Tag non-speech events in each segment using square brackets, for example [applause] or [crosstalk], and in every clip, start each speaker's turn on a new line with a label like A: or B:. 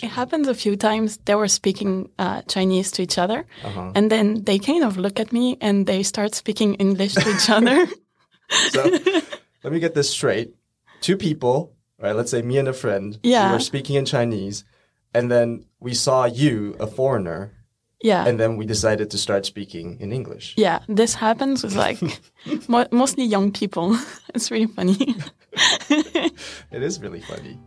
A: It happened a few times. They were speaking uh, Chinese to each other,
B: Oh. Uh-huh.
A: and then they kind of look at me and they start speaking English to each other.
B: So [laughs] let me get this straight. Two people, right? Let's say me and a friend.
A: Yeah.
B: We were speaking in Chinese, and then we saw you, a foreigner,
A: yeah,
B: and then we decided to start speaking in English.
A: yeah. This happens with like mo- mostly young people. [laughs] it's really funny. [laughs]
B: [laughs] It is really funny.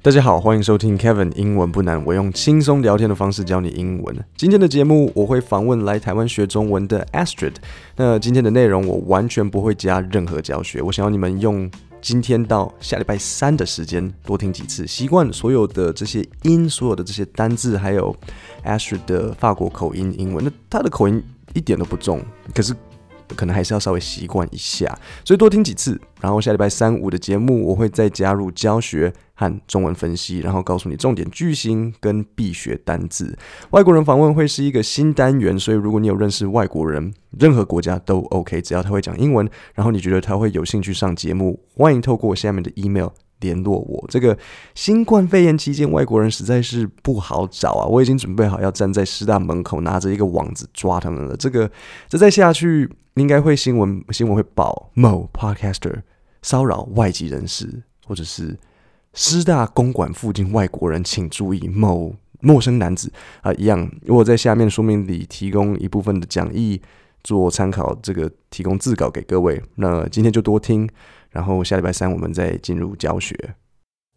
B: 大家好，欢迎收听 Kevin 英文不难，我用轻松聊天的方式教你英文。今天的节目我会访问来台湾学中文的 Astrid。那今天的内容我完全不会加任何教学，我想要你们用今天到下礼拜三的时间多听几次，习惯所有的这些音、所有的这些单字，还有 Astrid 的法国口音英文。那她的口音一点都不重，可是可能还是要稍微习惯一下，所以多听几次。然后下礼拜三五的节目，我会再加入教学和中文分析，然后告诉你重点句型跟必学单字。外国人访问会是一个新单元，所以如果你有认识外国人，任何国家都 OK，只要他会讲英文，然后你觉得他会有兴趣上节目，欢迎透过下面的 email。联络我。这个新冠肺炎期间，外国人实在是不好找啊！我已经准备好要站在师大门口拿着一个网子抓他们了。这个这再下去，应该会新闻新闻会报某 podcaster 骚扰外籍人士，或者是师大公馆附近外国人请注意某陌生男子啊、一样。我在下面说明里提供一部分的讲义。做参考，这个提供自稿给各位。那今天就多听，然后下礼拜三我们再进入教学。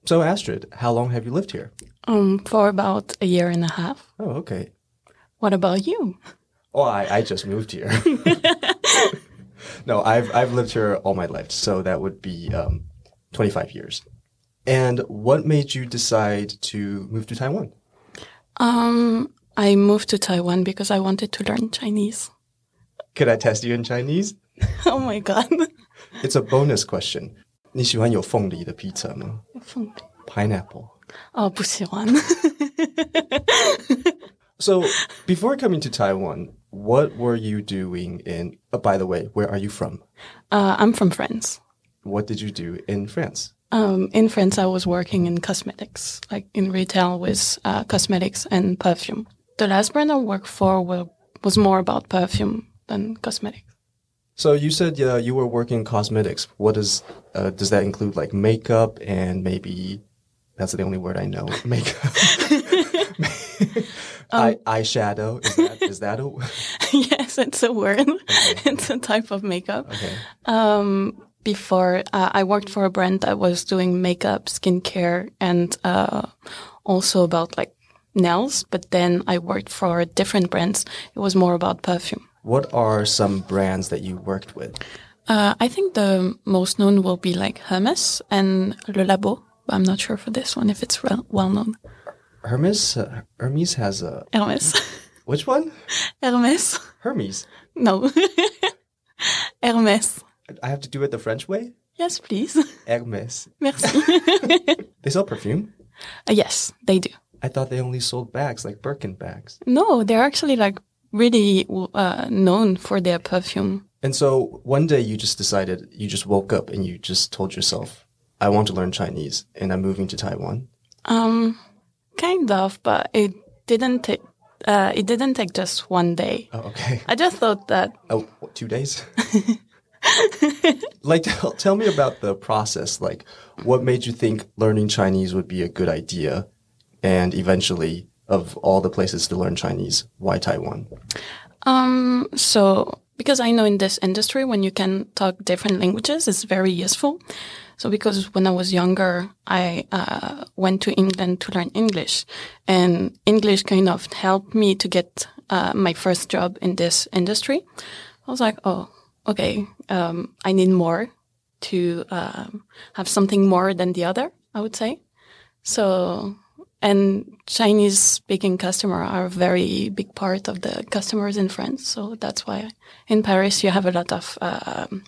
B: So Astrid, how long have you lived here?
A: um, for about a year and a half.
B: Oh, okay.
A: What about you?
B: Oh, I, I just moved here. no, I've I've lived here all my life, so that would be um, twenty five years. And what made you decide to move to Taiwan?
A: Um, I moved to Taiwan because I wanted to learn Chinese. [laughs]
B: Could I test you in Chinese?
A: Oh my god. [laughs]
B: It's a bonus question. 你喜欢有凤梨的 pizza 吗？Pineapple.
A: Oh, 哦，不喜欢。
B: So, before coming to Taiwan, what were you doing in? Oh, by the way, where are you from?
A: Uh, I'm from France.
B: What did you do in France?
A: Um, in France, I was working in cosmetics, like in retail with uh, cosmetics and perfume. The last brand I worked for wa- was more about perfume than cosmetics. [laughs]
B: So you said uh, you were working in cosmetics. What does uh, does that include? Like makeup and maybe that's the only word I know. [laughs] Makeup. Eye, eyeshadow is that is that a
A: yes, it's a word. [laughs] it's a type of makeup. Um,
B: okay.
A: Before, uh, I worked for a brand that was doing makeup, skincare, and uh, also about like nails. But then I worked for different brands. It was more about perfume.
B: What are some brands that you worked with?
A: Uh, I think the most known will be like Hermes and Le Labo. But I'm not sure for this one if it's re- well known.
B: Hermes uh, Hermes has a
A: Hermes. [laughs]
B: which one?
A: Hermes.
B: Hermes.
A: No. [laughs] Hermes.
B: I have to do it the French way.
A: Yes, please. [laughs]
B: Hermes.
A: Merci.
B: They sell perfume.
A: Uh, yes, they do.
B: I thought they only sold bags like Birkin bags.
A: No, they're actually like really uh, known for their perfume.
B: And so one day you just decided, you just woke up and you just told yourself, I want to learn Chinese and I'm moving to Taiwan.
A: Um, kind of, but it didn't take. Uh, it didn't take just one day.
B: Oh, okay.
A: I just thought that
B: [laughs] Oh, what, two days? [laughs] like, tell, tell me about the process. Like, what made you think learning Chinese would be a good idea? And eventually, of all the places to learn Chinese, why Taiwan?
A: Um, so because I know in this industry, when you can talk different languages, it's very useful. So because when I was younger, I uh, went to England to learn English, and English kind of helped me to get uh, my first job in this industry. I was like, oh, okay, um, I need more to um have something more than the other. I would say so. And Chinese speaking customer are a very big part of the customers in France. So that's why in Paris you have a lot of, um,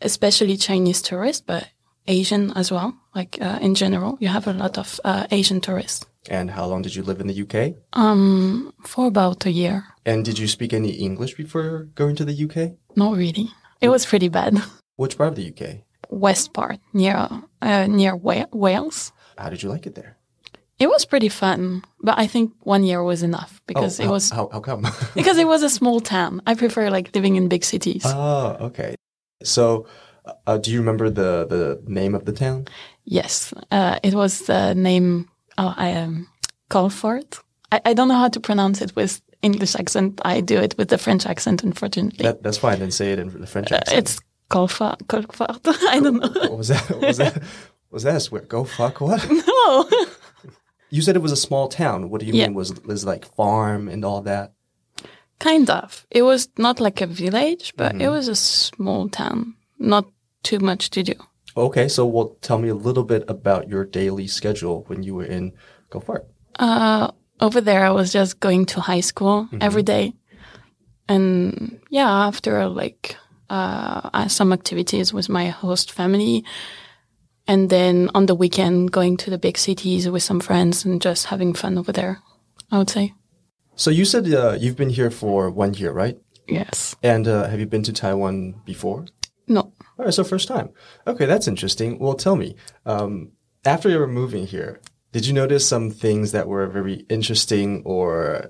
A: especially Chinese tourists, but Asian as well. Like uh, in general, you have a lot of uh, Asian tourists Um,
B: And how long did you live in the UK?
A: for about a year.
B: And did you speak any English before going to the UK?
A: Not really. It was pretty bad. [laughs]
B: Which part of the UK?
A: West part near uh, near Wa- Wales.
B: How did you like it there?
A: It was pretty fun, but I think one year was enough because it
B: how,
A: was
B: how, how come? [laughs]
A: because it was a small town. I prefer like living in big cities.
B: oh, okay. So, uh, do you remember the the name of the town?
A: yes, uh, it was the name oh, I um, call for it. I, I don't know how to pronounce it with English accent. I do it with the French accent, unfortunately.
B: That, that's why I didn't say it in the French accent.
A: Uh, it's Colfort. Colfort. [laughs] I don't know.
B: what was that? What was
A: [laughs]
B: that? Was that a swear? Go fuck what?
A: No. [laughs]
B: You said it was a small town. What do you
A: Yeah.
B: mean was was like farm and all that?
A: Kind of. It was not like a village, but it was a small town. Not too much to do.
B: Okay, so well, tell me a little bit about your daily schedule when you were in Go Fart.
A: Uh, Over there, I was just going to high school every day. And yeah, after like uh, uh, some activities with my host family. And then on the weekend, going to the big cities with some friends and just having fun over there, I would say.
B: So you said uh, you've been here for one year, right?
A: Yes.
B: And uh, have you been to Taiwan before?
A: No.
B: All right, so first time. Okay, that's interesting. Well, tell me, um, after you were moving here, did you notice some things that were very interesting or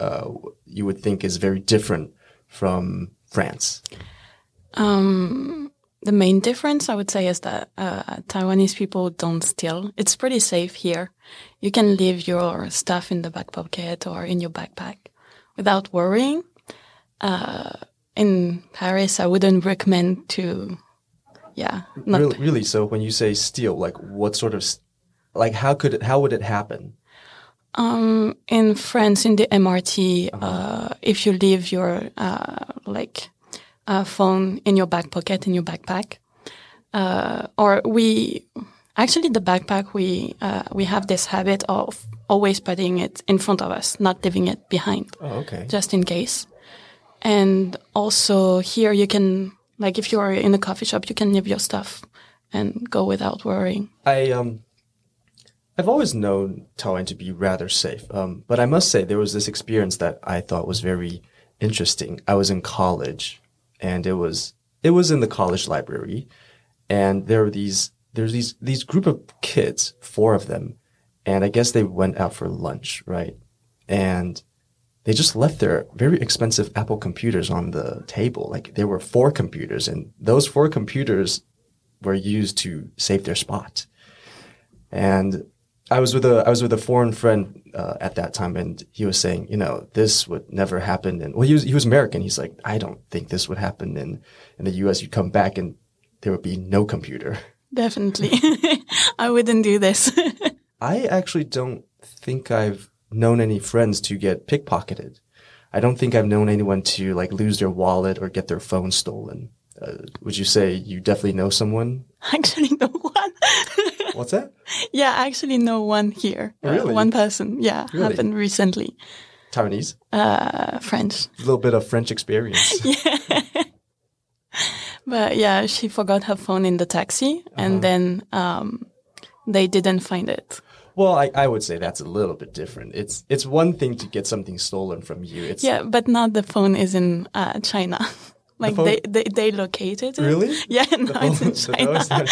B: uh, you would think is very different from France?
A: The main difference, I would say, is that uh, Taiwanese people don't steal. It's pretty safe here. You can leave your stuff in the back pocket or in your backpack without worrying. Uh, in Paris, I wouldn't recommend to, yeah, not
B: Really, really. So when you say steal, like what sort of, s- like how could it, how would it happen?
A: in France in the MRT, uh, if you leave your uh, like uh, phone in your back pocket in your backpack, uh, or we actually the backpack we uh, we have this habit of always putting it in front of us, not leaving it behind,
B: Oh, okay.
A: just in case. And also here you can like if you're in a coffee shop, you can leave your stuff and go without worrying.
B: I um, I've always known Taiwan to be rather safe, um, but I must say there was this experience that I thought was very interesting. I was in college, and it was it was in the college library, and there were these there's these these group of kids, four of them, and I guess they went out for lunch, right? And they just left their very expensive Apple computers on the table. Like there were four computers, and those four computers were used to save their spot. And I was with a I was with a foreign friend uh, at that time, and he was saying, you know, this would never happen. And well, he was he was American. He's like, I don't think this would happen in in the U.S. You'd come back and there would be no computer.
A: Definitely, [laughs] I wouldn't do this. [laughs]
B: I actually don't think I've known any friends to get pickpocketed. I don't think I've known anyone to like lose their wallet or get their phone stolen. Uh, would you say you definitely know someone?
A: actually, no one. [laughs]
B: What's that?
A: Yeah, I actually know one here. Uh,
B: Really?
A: one person. Yeah,
B: Really?
A: happened recently.
B: Taiwanese.
A: Uh, French.
B: A little bit of French experience.
A: But yeah, she forgot her phone in the taxi
B: Uh-huh.
A: and then um, they didn't find it.
B: Well, I, I would say that's a little bit different. It's it's one thing to get something stolen from you. It's
A: Yeah, but now the phone is in uh, China. [laughs] like
B: phone-
A: they, they, they located it.
B: [laughs] Really?
A: [laughs] Yeah, now it's in
B: So [laughs] that
A: China.
B: was not-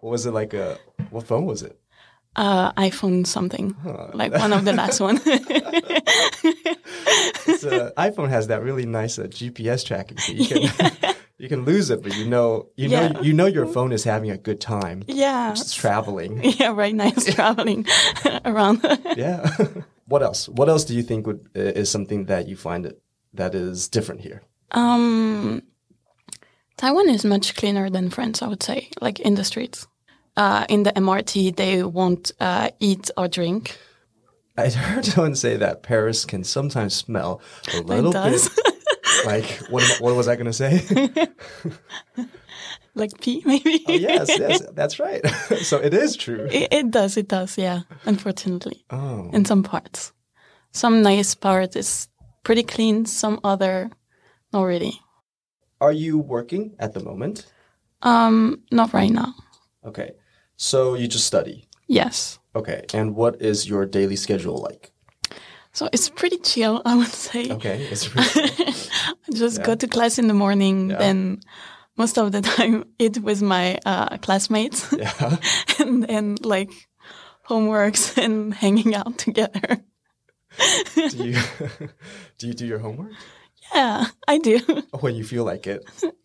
B: what was it like a what phone was it?
A: [laughs] Uh, iPhone something. Like one of the last
B: [laughs]
A: one. [laughs]
B: It's uh iPhone has that really nice uh, GPS tracking. So you can [laughs] you can lose it, but you know you know
A: Yeah.
B: you know your phone is having a good time.
A: yeah.
B: It's traveling.
A: [laughs] Yeah, right now it's [laughs] traveling around.
B: Yeah. [laughs] what else? What else do you think would uh, is something that you find that is different here?
A: Um, Taiwan is much cleaner than France, I would say, like in the streets. Uh, in the MRT, they won't uh, eat or drink.
B: I heard [laughs] someone say that Paris can sometimes smell a little bit
A: does.
B: like what, am I- what was I going to say?
A: [laughs] like pee, maybe.
B: Oh, yes, yes, that's right. [laughs] so it is true.
A: [laughs] It, it does, it does, yeah, unfortunately,
B: Oh,
A: in some parts. Some nice part is pretty clean, some other, not really.
B: are you working at the moment?
A: Um, not right now.
B: Okay, so you just study.
A: Yes.
B: Okay, and what is your daily schedule like?
A: So it's pretty chill, [laughs] I would say.
B: Okay,
A: [laughs]
B: it's really,
A: just go to class in the morning,
B: Yeah.
A: then most [laughs] of the time eat with my uh, classmates, [laughs]
B: yeah.
A: and then like homeworks [laughs] and hanging out together. [laughs]
B: do you [laughs] do you do your homework Oh,
A: Yeah, I do. [laughs]
B: when you feel like it?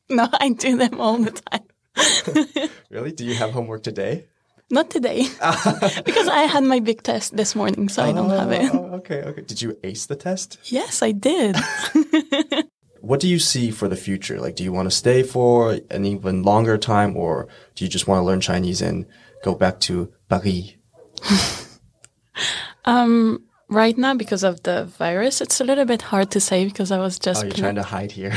A: No, I do them all the time. [laughs]
B: Really? Do you have homework today?
A: Not
B: [laughs]
A: today, because [laughs] I had my big test this morning, so I don't have it.
B: Oh, okay, okay. Did you ace the test?
A: [laughs] Yes, I did. [laughs]
B: What do you see for the future? Like, do you want to stay for an even longer time, or do you just want to learn Chinese and go back to Paris?
A: Right now, because of the virus, it's a little bit hard to say because I was
B: Oh,
A: just
B: you're
A: pla-
B: trying to hide [laughs] here.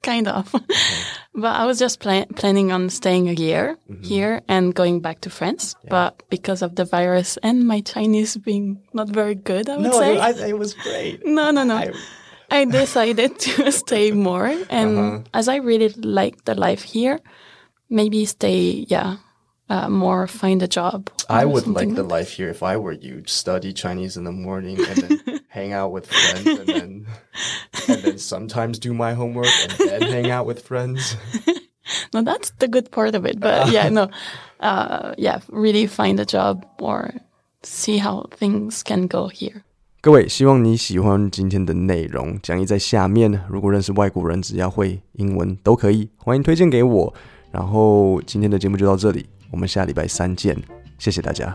A: kind of. [laughs] But I was just pla- planning on staying a year
B: Mm-hmm.
A: here and going back to France. But because of the virus and my Chinese being not very good, I would
B: no,
A: say.
B: it, I, it was
A: [laughs]
B: great.
A: no, no, no. I, decided [laughs] to stay more. And
B: Uh-huh.
A: as I really like the life here, maybe stay, yeah, uh, more, find a job. Um,
B: I
A: or
B: would
A: something
B: like the life here if I were you. Study Chinese in the morning and [laughs] then hang out with friends, and then and then sometimes do my homework and then hang out with friends.
A: No, that's the good part of it.
B: Uh-huh.
A: But yeah, no, uh, yeah, really find a job or see how things can go here.
B: [laughs] 各位，希望你喜欢今天的内容。讲义在下面，如果认识外国人，只要会英文都可以，欢迎推荐给我。然后今天的节目就到这里，我们下礼拜三见，谢谢大家，